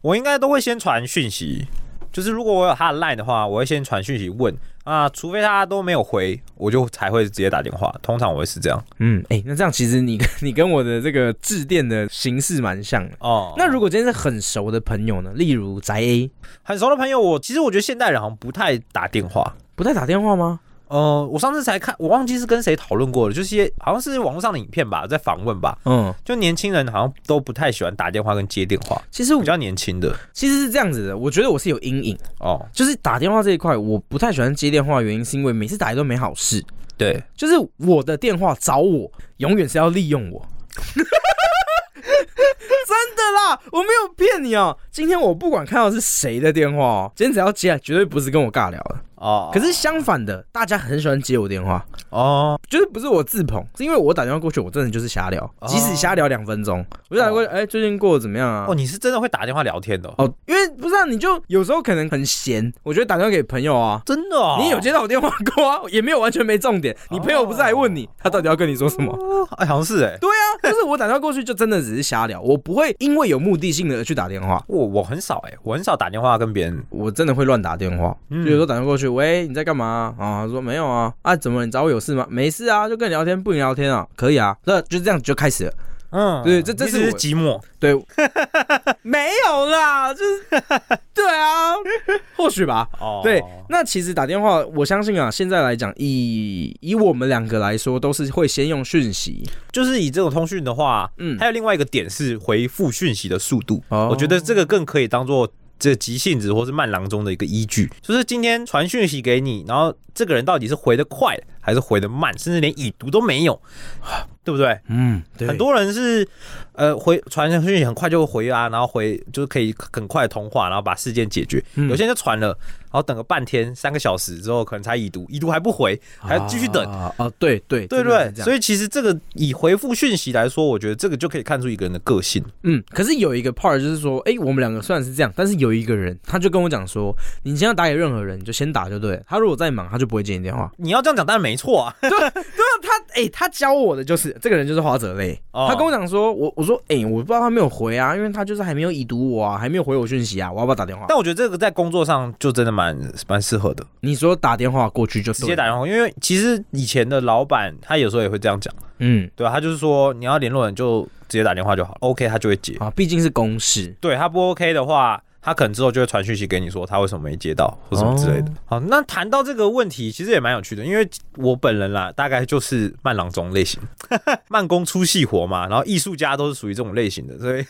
Speaker 2: 我应该都会先传讯息，就是如果我有他的 line 的话，我会先传讯息问啊，除非他都没有回，我就才会直接打电话。通常我会是这样
Speaker 3: 嗯，哎、那这样其实你跟 你跟我的这个致电的形式蛮像的。
Speaker 2: 哦。
Speaker 3: 那如果今天是很熟的朋友呢，例如宅 A，
Speaker 2: 很熟的朋友，我其实我觉得现代人好像不太打电话。
Speaker 3: 不太打电话吗？
Speaker 2: 呃，我上次才看，我忘记是跟谁讨论过了，就是一些好像是网络上的影片吧，在访问吧，
Speaker 3: 嗯，
Speaker 2: 就年轻人好像都不太喜欢打电话跟接电话，
Speaker 3: 其实我
Speaker 2: 比较年轻的
Speaker 3: 其实是这样子的，我觉得我是有阴影，
Speaker 2: 哦，
Speaker 3: 就是打电话这一块，我不太喜欢接电话，的原因是因为每次打来都没好事，
Speaker 2: 对，
Speaker 3: 就是我的电话找我，永远是要利用我。 真的啦，我没有骗你哦、今天我不管看到是谁的电话哦、今天只要接，绝对不是跟我尬聊的。
Speaker 2: 哦，
Speaker 3: 可是相反的，大家很喜欢接我电话，
Speaker 2: 哦，
Speaker 3: 就是不是我自捧，是因为我打电话过去，我真的就是瞎聊，
Speaker 2: 哦
Speaker 3: 即使瞎聊两分钟，我就打过去，哎、最近过得怎么样啊
Speaker 2: 哦，？你是真的会打电话聊天的哦、
Speaker 3: 哦，因为不是啊，你就有时候可能很闲，我就会打电话给朋友啊。
Speaker 2: 真的、哦，
Speaker 3: 你有接到我电话过啊？也没有完全没重点。你朋友不是还问你他到底要跟你说什么？
Speaker 2: 哦？哎，好像是哎、
Speaker 3: 对啊，就是我打电话过去就真的只是瞎聊，我不会因为有目的性的而去打电话。
Speaker 2: 我我很少哎、我很少打电话跟别人。
Speaker 3: 我真的会乱打电话，
Speaker 2: 嗯
Speaker 3: 就有时候打电话过去，喂，你在干嘛啊？他说没有啊，啊，怎么了你找我有事吗？没事啊，就跟你聊天，不跟你聊天啊，可以啊，那就这样就开始了。
Speaker 2: 嗯，
Speaker 3: 对这这
Speaker 2: 你
Speaker 3: 是
Speaker 2: 只是
Speaker 3: 我
Speaker 2: 寂寞。
Speaker 3: 对， 没有啦，就是 对啊，或许吧。
Speaker 2: 哦
Speaker 3: 对，那其实打电话，我相信啊，现在来讲，以以我们两个来说，都是会先用讯息。
Speaker 2: 就是以这种通讯的话，
Speaker 3: 嗯
Speaker 2: 还有另外一个点是回复讯息的速度。
Speaker 3: 哦
Speaker 2: 我觉得这个更可以当做。这急性子或是慢郎中的一个依据，就是今天传讯息给你，然后这个人到底是回的快还是回的慢，甚至连已读都没有，对不对？
Speaker 3: 嗯，对
Speaker 2: 很多人是，呃，回传讯息很快就会回啊，然后回就是可以很快通话，然后把事件解决。
Speaker 3: 嗯
Speaker 2: 有些人就传了，然后等个半天、三个小时之后，可能才已读，已读还不回，还要继续等，
Speaker 3: 啊啊，对对
Speaker 2: 对不对？所
Speaker 3: 以
Speaker 2: 以其实这个以回复讯息来说，我觉得这个就可以看出一个人的个性。
Speaker 3: 嗯，可是有一个 part 就是说，哎，我们两个虽然是这样，但是有一个人他就跟我讲说，你今天要打给任何人，你就先打就对了。他如果在忙，他就不会接你电话。
Speaker 2: 你要这样讲，当然没错啊。
Speaker 3: 那他哎、他教我的就是这个人就是花泽类。
Speaker 2: 哦
Speaker 3: 他跟我讲说，我我说哎、我不知道他没有回啊，因为他就是还没有已读我啊，还没有回我讯息啊，我要不要打电 话？
Speaker 2: 但我觉得这个在工作上就真的蛮蛮适合的，
Speaker 3: 你说打电话过去就
Speaker 2: 直接打，电话，因为其实以前的老板他有时候也会这样讲，
Speaker 3: 嗯
Speaker 2: 对吧、他就是说你要联络人就直接打电话就好，OK，他就会接。
Speaker 3: 啊，毕竟是 公事。
Speaker 2: 对他不 OK 的话，他可能之后就会传讯息给你说他为什么没接到或什么之类的。好，那谈到这个问题，其实也蛮有趣的，因为我本人啦，大概就是慢郎中类型， 慢工出细活嘛，然后艺术家都是属于这种类型的，所以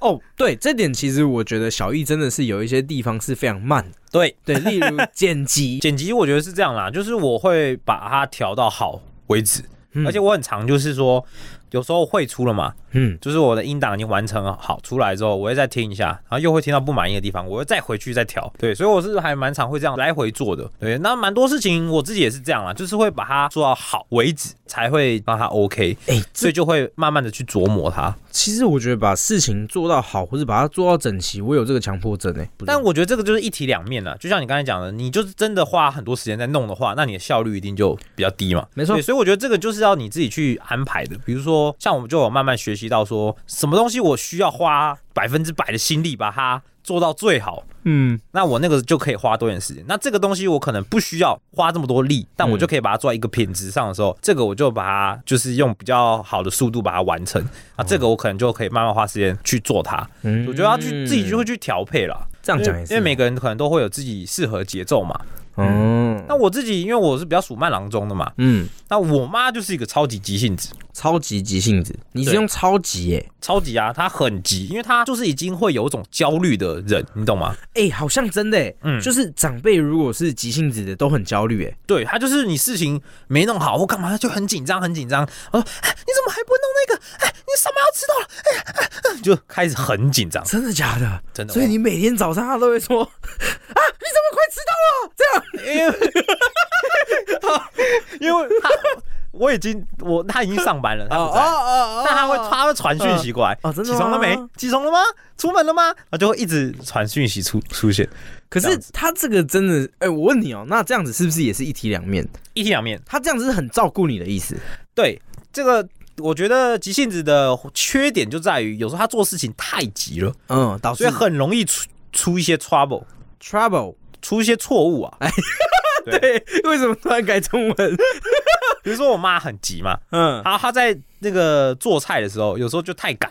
Speaker 3: 哦，对，这点其实我觉得小易真的是有一些地方是非常慢的，
Speaker 2: 对
Speaker 3: 对，例如剪 辑，
Speaker 2: 剪辑我觉得是这样啦，就是我会把它调到好为止，
Speaker 3: 嗯
Speaker 2: 而且我很常就是说，有时候会出了嘛，
Speaker 3: 嗯
Speaker 2: 就是我的音档已经完成好出来之后，我会再听一下，然后又会听到不满意的地方，我会再回去再调。对，所以我是还蛮常会这样来回做的。对，那蛮多事情我自己也是这样啦，就是会把它做到好为止，才会让它 OK。
Speaker 3: 哎
Speaker 2: 所以就会慢慢的去琢磨它。
Speaker 3: 其实我觉得把事情做到好，或者把它做到整齐，我有这个强迫症哎、不知道
Speaker 2: 但我觉得这个就是一体两面了，就像你刚才讲的，你就是真的花很多时间在弄的话，那你的效率一定就比较低嘛。
Speaker 3: 没错
Speaker 2: 对所以我觉得这个就是要你自己去安排的。比如说，像我们就有慢慢学习到说，什么东西我需要花百分之百的心力把它做到最好。
Speaker 3: 嗯，
Speaker 2: 那我那个就可以花多点时间。那这个东西我可能不需要花这么多力，但我
Speaker 3: 嗯
Speaker 2: 就可以把它做到一个品质上的时候，这个我就把它就是用比较好的速度把它完成。那这个我可能就可以慢慢花时间去做它。
Speaker 3: 嗯
Speaker 2: 我觉得要去自己就会去调配啦。
Speaker 3: 这样
Speaker 2: 因
Speaker 3: 讲
Speaker 2: 为
Speaker 3: 也是，
Speaker 2: 因为每个人可能都会有自己适合节奏嘛。
Speaker 3: 嗯
Speaker 2: 那我自己因为我是比较属慢郎中的嘛，
Speaker 3: 嗯，
Speaker 2: 那我妈就是一个超级急性子，
Speaker 3: 超级急性子，你是
Speaker 2: 对
Speaker 3: 用超级哎、
Speaker 2: 超级啊，她很急，因为她就是已经会有一种焦虑的人，你懂吗？
Speaker 3: 哎、好像真的哎、
Speaker 2: 嗯
Speaker 3: 就是长辈如果是急性子的都很焦虑哎、
Speaker 2: 对她就是你事情没弄好或干嘛，她就很紧张很紧张。我说、哎你怎么还不弄那个？哎，你什么要迟到了？哎哎哎，就开始很紧张，
Speaker 3: 真的假的？哦
Speaker 2: 真的。
Speaker 3: 所以你每天早上他都会说 啊，你怎么快迟到了？这样
Speaker 2: 因为因为她我已经我她已经上班了，她不在。
Speaker 3: 哦
Speaker 2: 但他会他会传讯息过来，
Speaker 3: 哦真的
Speaker 2: 起床了没
Speaker 3: 吗？
Speaker 2: 起床了吗？出门了吗？他就会一直传讯息出出现，
Speaker 3: 可
Speaker 2: 这
Speaker 3: 是
Speaker 2: 样子
Speaker 3: 他这个真的，哎、我问你哦、那这样子是不是也是一体两面？
Speaker 2: 一体两面。
Speaker 3: 他这样子是很照顾你的意思，
Speaker 2: 对这个，我觉得急性子的缺点就在于，有时候他做事情太急了，
Speaker 3: 嗯，导
Speaker 2: 所以
Speaker 3: 致
Speaker 2: 很容易出出一些 trouble，
Speaker 3: trouble。
Speaker 2: 出一些错误啊。
Speaker 3: 哎对，为什么突然改中文？
Speaker 2: 比如说我妈很急嘛，
Speaker 3: 嗯，
Speaker 2: 她她在那个做菜的时候，有时候就太赶，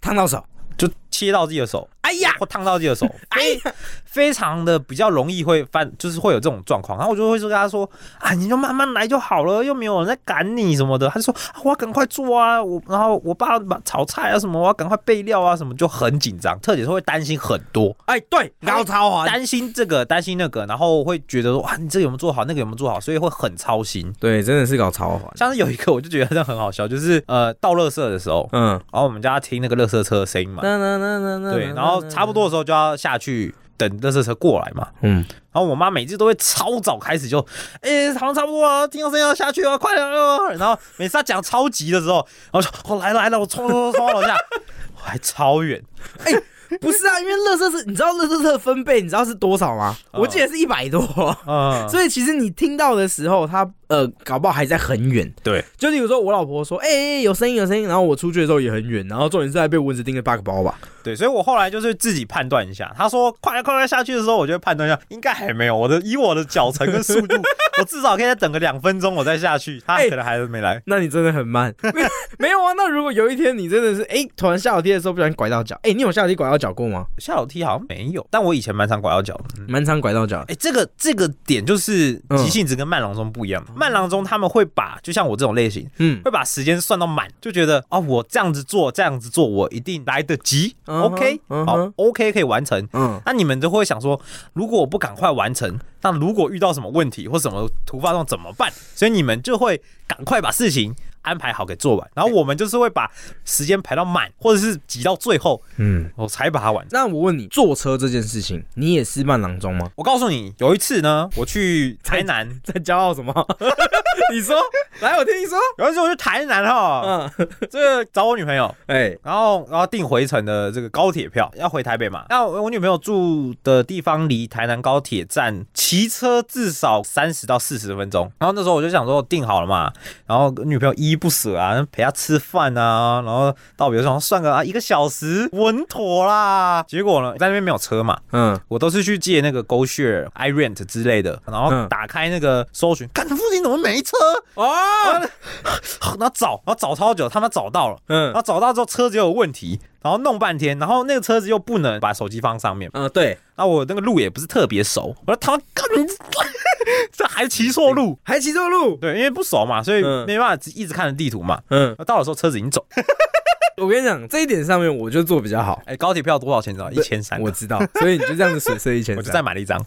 Speaker 3: 烫到手，
Speaker 2: 就切到自己的手。
Speaker 3: 哎呀，
Speaker 2: 或烫到自己的手，
Speaker 3: 哎呀，
Speaker 2: 非常的比较容易会犯，就是会有这种状况。然后我就会说跟他说啊，你就慢慢来就好了，又没有人在赶你什么的。他就说、啊、我要赶快做啊，我然后我爸把炒菜啊什么，我要赶快备料啊什么，就很紧张。特点是会担心很多，
Speaker 3: 哎，对，高超啊，
Speaker 2: 担心这个担心那个，然后会觉得说哇，你这个有没有做好，那个有没有做好，所以会很操心。
Speaker 3: 对，真的是搞超环。
Speaker 2: 像是有一个我就觉得真的很好笑，就是呃倒垃圾的时候，
Speaker 3: 嗯，
Speaker 2: 然后我们家听那个垃圾车的声音嘛，
Speaker 3: 那那那那那，
Speaker 2: 对，然后差不多的时候就要下去等垃圾车过来嘛。
Speaker 3: 嗯，
Speaker 2: 然后我妈每次都会超早开始就，哎、好像差不多了，听到声音要下去了，快点了。然后每次她讲超级的时候，然后说我、哦、来了来了，我冲冲冲冲到楼下，我还超远，
Speaker 3: 不是啊，因为乐色是，你知道乐色的分贝你知道是多少吗？
Speaker 2: 嗯
Speaker 3: 我记得是一百多。
Speaker 2: 嗯，
Speaker 3: 所以其实你听到的时候，他呃，搞不好还在很远。
Speaker 2: 对，
Speaker 3: 就例如说，我老婆说：“哎、哎有声音，有声音。”然后我出去的时候也很远，然后重点是还被蚊子叮了八个包吧。
Speaker 2: 对，所以我后来就是自己判断一下，她说快快快下去的时候，我就会判断一下，应该还没有，我的以我的脚程跟速度，我至少可以再等个两分钟，我再下去，她
Speaker 3: 哎
Speaker 2: 可能还是没来。
Speaker 3: 那你真的很慢， 没有啊？那如果有一天你真的是哎、突然下楼梯的时候不小心拐到脚，哎、你有下楼梯拐到脚过吗？
Speaker 2: 下楼梯好像没有，但我以前蛮常拐到脚的。嗯
Speaker 3: 蛮常拐到脚
Speaker 2: 哎、，这个这个点就是
Speaker 3: 嗯
Speaker 2: 急性子跟慢郎中不一样。慢郎中他们会把，就像我这种类型，
Speaker 3: 嗯，
Speaker 2: 会把时间算到满，就觉得啊、我这样子做，这样子做，我一定来得及。
Speaker 3: 嗯哼
Speaker 2: OK，、
Speaker 3: 嗯
Speaker 2: 好
Speaker 3: 哼
Speaker 2: ，OK 可以完成。
Speaker 3: 嗯，
Speaker 2: 那你们都会想说，如果我不赶快完成，那如果遇到什么问题或什么突发状况怎么办？所以你们就会赶快把事情安排好给做完。然后我们就是会把时间排到满，或者是挤到最后，
Speaker 3: 嗯，
Speaker 2: 我才把它完成。
Speaker 3: 那我问你，坐车这件事情，你也是慢郎中吗？
Speaker 2: 我告诉你，有一次呢，我去台南，
Speaker 3: 在骄傲什么？ 你说，来，我听你说。
Speaker 2: 有一次我去台南哈，
Speaker 3: 嗯，
Speaker 2: 这个找我女朋友，
Speaker 3: 哎，
Speaker 2: 然后然后订回程的这个高铁票，要回台北嘛。那我我女朋友住的地方离台南高铁站骑车至少三十到四十分钟。然后那时候我就想说订好了嘛，然后女朋友依依不舍啊，陪她吃饭啊，然后到比如说算个啊一个小时稳妥啦。结果呢，在那边没有车嘛，
Speaker 3: 嗯，
Speaker 2: 我都是去借那个 GoShare、iRent 之类的，然后
Speaker 3: 嗯
Speaker 2: 打开那个搜寻，看附近怎么没车，
Speaker 3: 哦，
Speaker 2: 然后找，然后找超久，他妈找到了。
Speaker 3: 嗯
Speaker 2: 然后找到之后车子又有问题，然后弄半天，然后那个车子又不能把手机放上面，
Speaker 3: 嗯，对，
Speaker 2: 那我那个路也不是特别熟，我说他妈干， 这还骑错路，
Speaker 3: 还骑错路。
Speaker 2: 对，因为不熟嘛，所以
Speaker 3: 嗯
Speaker 2: 没办法一直看着地图嘛。
Speaker 3: 嗯，
Speaker 2: 到的时候车子已经走，
Speaker 3: 我跟你讲，这一点上面我就做比较好。
Speaker 2: 哎，高铁票多少钱？你知道一千三，
Speaker 3: 我知道，所以你就这样子水色一千
Speaker 2: 我就
Speaker 3: 三
Speaker 2: 再买了一张。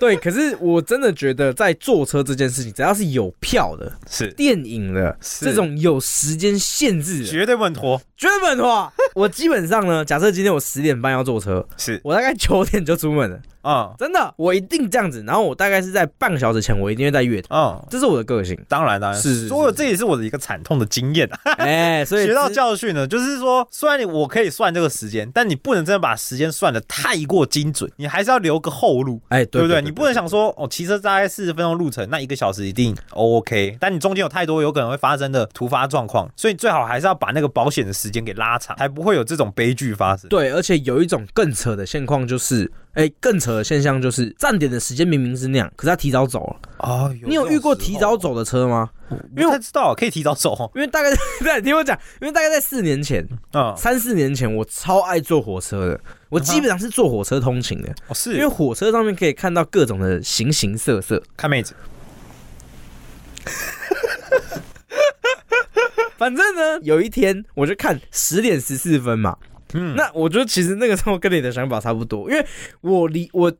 Speaker 3: 对，可是我真的觉得在坐车这件事情，只要是有票的、
Speaker 2: 是
Speaker 3: 电影的
Speaker 2: 是
Speaker 3: 这种有时间限制的，
Speaker 2: 绝对不能拖，
Speaker 3: 绝对不能拖啊。我基本上呢，假设今天我十点半要坐车，
Speaker 2: 是
Speaker 3: 我大概九点就出门了，
Speaker 2: 嗯
Speaker 3: 真的，我一定这样子。然后我大概是在半个小时前，我一定会在乐台，
Speaker 2: 嗯，。
Speaker 3: 这是我的个性
Speaker 2: 当然当然
Speaker 3: 是是
Speaker 2: 所以我
Speaker 3: 是
Speaker 2: 这也是我的一个惨痛的经验啊。
Speaker 3: 哎，所以
Speaker 2: 学到
Speaker 3: 之
Speaker 2: 教训呢，就是说，虽然你我可以算这个时间，但你不能真的把时间算的太过精准，你还是要留个后路。
Speaker 3: 哎，
Speaker 2: 对
Speaker 3: 对
Speaker 2: 不对？
Speaker 3: 对，
Speaker 2: 你不能想说哦，骑车大概四十分钟路程，那一个小时一定 OK，但你中间有太多有可能会发生的突发状况，所以最好还是要把那个保险的时间给拉长，才不会有这种悲剧发生。
Speaker 3: 对，而且有一种更扯的现况就是，哎，更扯的现象就是站点的时间明明是那样，可是他提早走了。
Speaker 2: 哦，
Speaker 3: 你有遇过提早走的车吗？
Speaker 2: 因为我不太知道可以提早走哦，
Speaker 3: 因为大概， 对，你听我讲，因为大概在四年前，
Speaker 2: 嗯，
Speaker 3: 三四年前，我超爱坐火车的，我基本上是坐火车通勤的，
Speaker 2: 哦
Speaker 3: 因为
Speaker 2: 是
Speaker 3: 火车上面可以看到各种的形形 色色。
Speaker 2: 看妹子，
Speaker 3: 反正呢，有一天我就看十点十四分嘛，
Speaker 2: 嗯，
Speaker 3: 那我觉得其实那个时候跟你的想法差不多，因为我离我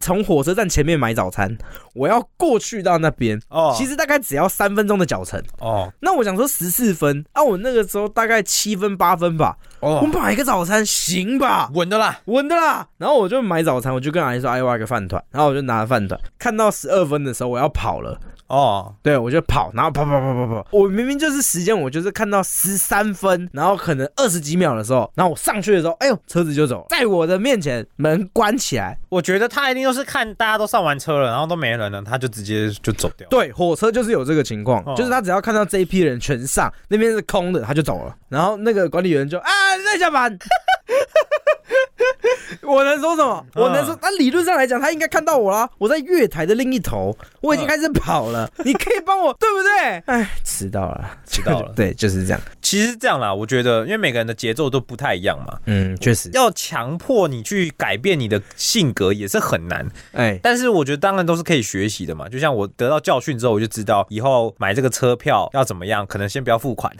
Speaker 3: 从火车站前面买早餐，我要过去到那边，
Speaker 2: 哦，
Speaker 3: 其实大概只要三分钟的脚程。
Speaker 2: 哦
Speaker 3: 那我想说十四分，啊，我那个时候大概七分八分吧，我
Speaker 2: 哦，
Speaker 3: 买一个早餐行吧，
Speaker 2: 稳的啦，
Speaker 3: 稳的啦。然后我就买早餐，我就跟阿姨说，哎，我要一个饭团，然后我就拿了饭团，看到十二分的时候我要跑了。
Speaker 2: 哦，
Speaker 3: 对，我就跑，然后跑跑跑跑跑，我明明就是时间，我就是看到十三分，然后可能二十几秒的时候，然后我上去的时候，哎呦，车子就走了，在我的面前门关起来，
Speaker 2: 我觉得他一定都是看大家都上完车了，然后都没人了，他就直接就走掉。
Speaker 3: 对，火车就是有这个情况，
Speaker 2: 哦
Speaker 3: 就是他只要看到这一批人全上，那边是空的，他 就走了，然后那个管理员就啊，在下班。 我能说什么？我能说
Speaker 2: 嗯，
Speaker 3: 那理论上来讲，他应该看到我啦。我在月台的另一头，我已经
Speaker 2: 嗯
Speaker 3: 开始跑 了。你可以帮我，对不对？哎，迟到了，
Speaker 2: 迟到了
Speaker 3: 对，就是这样。
Speaker 2: 其实这样啦，我觉得，因为每个人的节奏都不太一样嘛，
Speaker 3: 嗯，确实，
Speaker 2: 要强迫你去改变你的性格也是很难。
Speaker 3: 哎，
Speaker 2: 但是我觉得当然都是可以学习的嘛。就像我得到教训之后，我就知道以后买这个车票要怎么样，可能先不要付款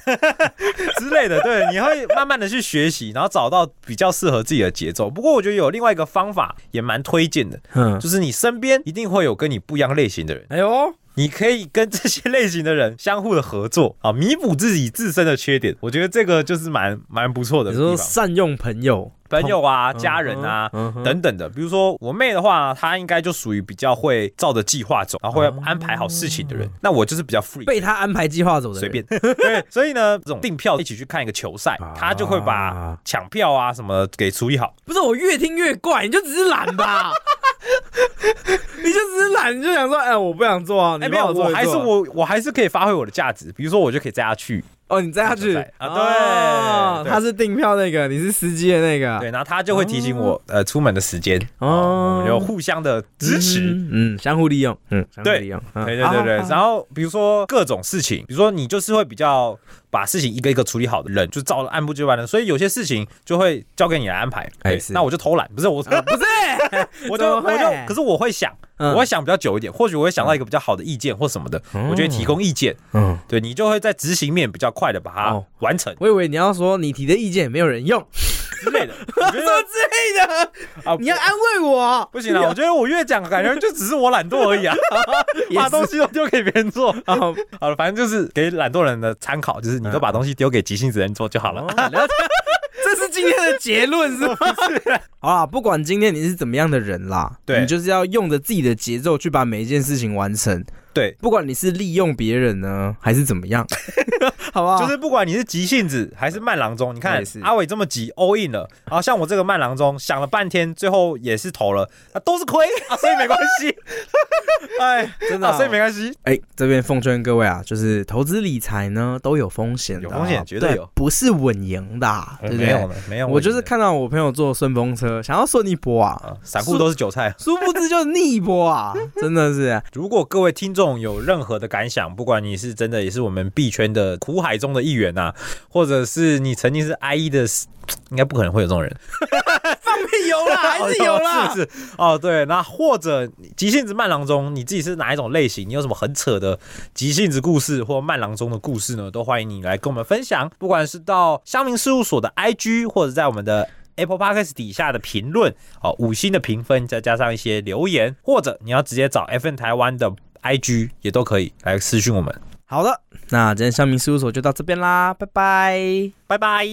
Speaker 2: 之类的。对，你会慢慢的去学习，然后找到比较适合自己的节奏。不过我觉得有另外一个方法也蛮推荐的，
Speaker 3: 嗯，
Speaker 2: 就是你身边一定会有跟你不一样类型的人。
Speaker 3: 哎呦，
Speaker 2: 你可以跟这些类型的人相互的合作啊，弥补自己自身的缺点。我觉得这个就是蛮蛮不错的
Speaker 3: 你
Speaker 2: 地方
Speaker 3: 说。善用朋友、
Speaker 2: 朋友啊、
Speaker 3: 同
Speaker 2: 家人啊、
Speaker 3: 嗯哼
Speaker 2: 等等的，比如说我妹的话，她应该就属于比较会照着计划走，然后会安排好事情的人。那我就是比较 free。
Speaker 3: 嗯被他安排计划走的人
Speaker 2: 随便， 对，所以呢，这种订票一起去看一个球赛
Speaker 3: 啊，
Speaker 2: 她就会把抢票啊什么给处理好。
Speaker 3: 不是我越听越怪，你就只是 懒吧？你就只是懒，你就想说，哎，我不想做啊，你
Speaker 2: 哎，没
Speaker 3: 帮
Speaker 2: 有，
Speaker 3: 我做
Speaker 2: 我
Speaker 3: 一做
Speaker 2: 还是我，我还是可以发挥我的价值。比如说，我就可以载她去，
Speaker 3: 哦，你载他去
Speaker 2: 我载啊
Speaker 3: 哦
Speaker 2: 对
Speaker 3: 他是订票那个，你是司机的那个，
Speaker 2: 对，然后她就会提
Speaker 3: 嗯
Speaker 2: 醒我，呃，出门的时间，我
Speaker 3: 哦
Speaker 2: 们，就互相的支持。
Speaker 3: 嗯，嗯，相互利用，嗯，相互
Speaker 2: 对
Speaker 3: 利用，嗯
Speaker 2: 对对对对，
Speaker 3: 好好好
Speaker 2: 然后比如说各种事情，比如说你就是会比较把事情一个一个处理好的人，就照着按部就班的，所以有些事情就会交给你来安排。
Speaker 3: 哎
Speaker 2: 对
Speaker 3: 是
Speaker 2: 那我就偷懒，不是我，
Speaker 3: 不是，
Speaker 2: 我就
Speaker 3: 怎么会
Speaker 2: 我就，可是我会想，
Speaker 3: 嗯
Speaker 2: 我会想比较久一点，或许我会想到一个比较好的意见或什么的，我就会提供意见，
Speaker 3: 嗯，
Speaker 2: 对你就会在执行面比较快的把它
Speaker 3: 哦
Speaker 2: 完成
Speaker 3: 我以为你要说你提的意见也没有人用，
Speaker 2: 之类 的。我觉得
Speaker 3: 之类的，
Speaker 2: 啊，
Speaker 3: 你要安慰我，
Speaker 2: 不行了，啊我觉得我越讲感觉就只是我懒惰而已 啊， 把东西都丢给别人做。
Speaker 3: 啊，好
Speaker 2: 好了，反正就是给懒惰人的参考，就是你都把东西丢给急性子人做就好了。
Speaker 3: 哦了解。 这是今天的结论是吗？好啦，啊不管今天你是怎么样的人啦，
Speaker 2: 对
Speaker 3: 你就是要用着自己的节奏去把每一件事情完成。
Speaker 2: 对，
Speaker 3: 不管你是利用别人呢，还是怎么样， 好不好？
Speaker 2: 就是不管你是急性子还是慢郎中，你看
Speaker 3: 啊也是
Speaker 2: 阿伟这么急 all in 了，然后像我这个慢郎中想了半天，最后也是投了，啊都是 亏啊，所以没关系，哎，
Speaker 3: 真的啊、
Speaker 2: 啊所以没关系，
Speaker 3: 哎、这边奉劝各位啊，就是投资理财呢都有风险的啊、
Speaker 2: 有风险绝对有哎
Speaker 3: 不是稳赢的啊、对不对？
Speaker 2: 没有了没有，
Speaker 3: 我就
Speaker 2: 赢
Speaker 3: 是
Speaker 2: 了
Speaker 3: 看到我朋友坐顺风车，想要顺一波啊，
Speaker 2: 啊，散户都是韭菜。
Speaker 3: 殊不知就是逆一波啊，真的是。
Speaker 2: 如果各位听众有任何的感想，不管你是真的也是我们币圈的苦海中的一员啊呐、或者是你曾经是 IE 的，应该不可能会有这种人，
Speaker 3: 放屁有 啦，还是有啦，
Speaker 2: 是不是？哦，对，那或者急性子慢郎中，你自己是哪一种类型？你有什么很扯的急性子故事或慢郎中的故事呢？都欢迎你来跟我们分享，不管是到乡民事务所的 IG，或者在我们的 Apple Podcast 底下的评论哦，五星的评分，再加上一些留言，或者你要直接找 FN 台湾的 IG 也都可以来私讯我们。
Speaker 3: 好的，那今天香民事务所就到这边啦，拜拜。
Speaker 2: 拜拜。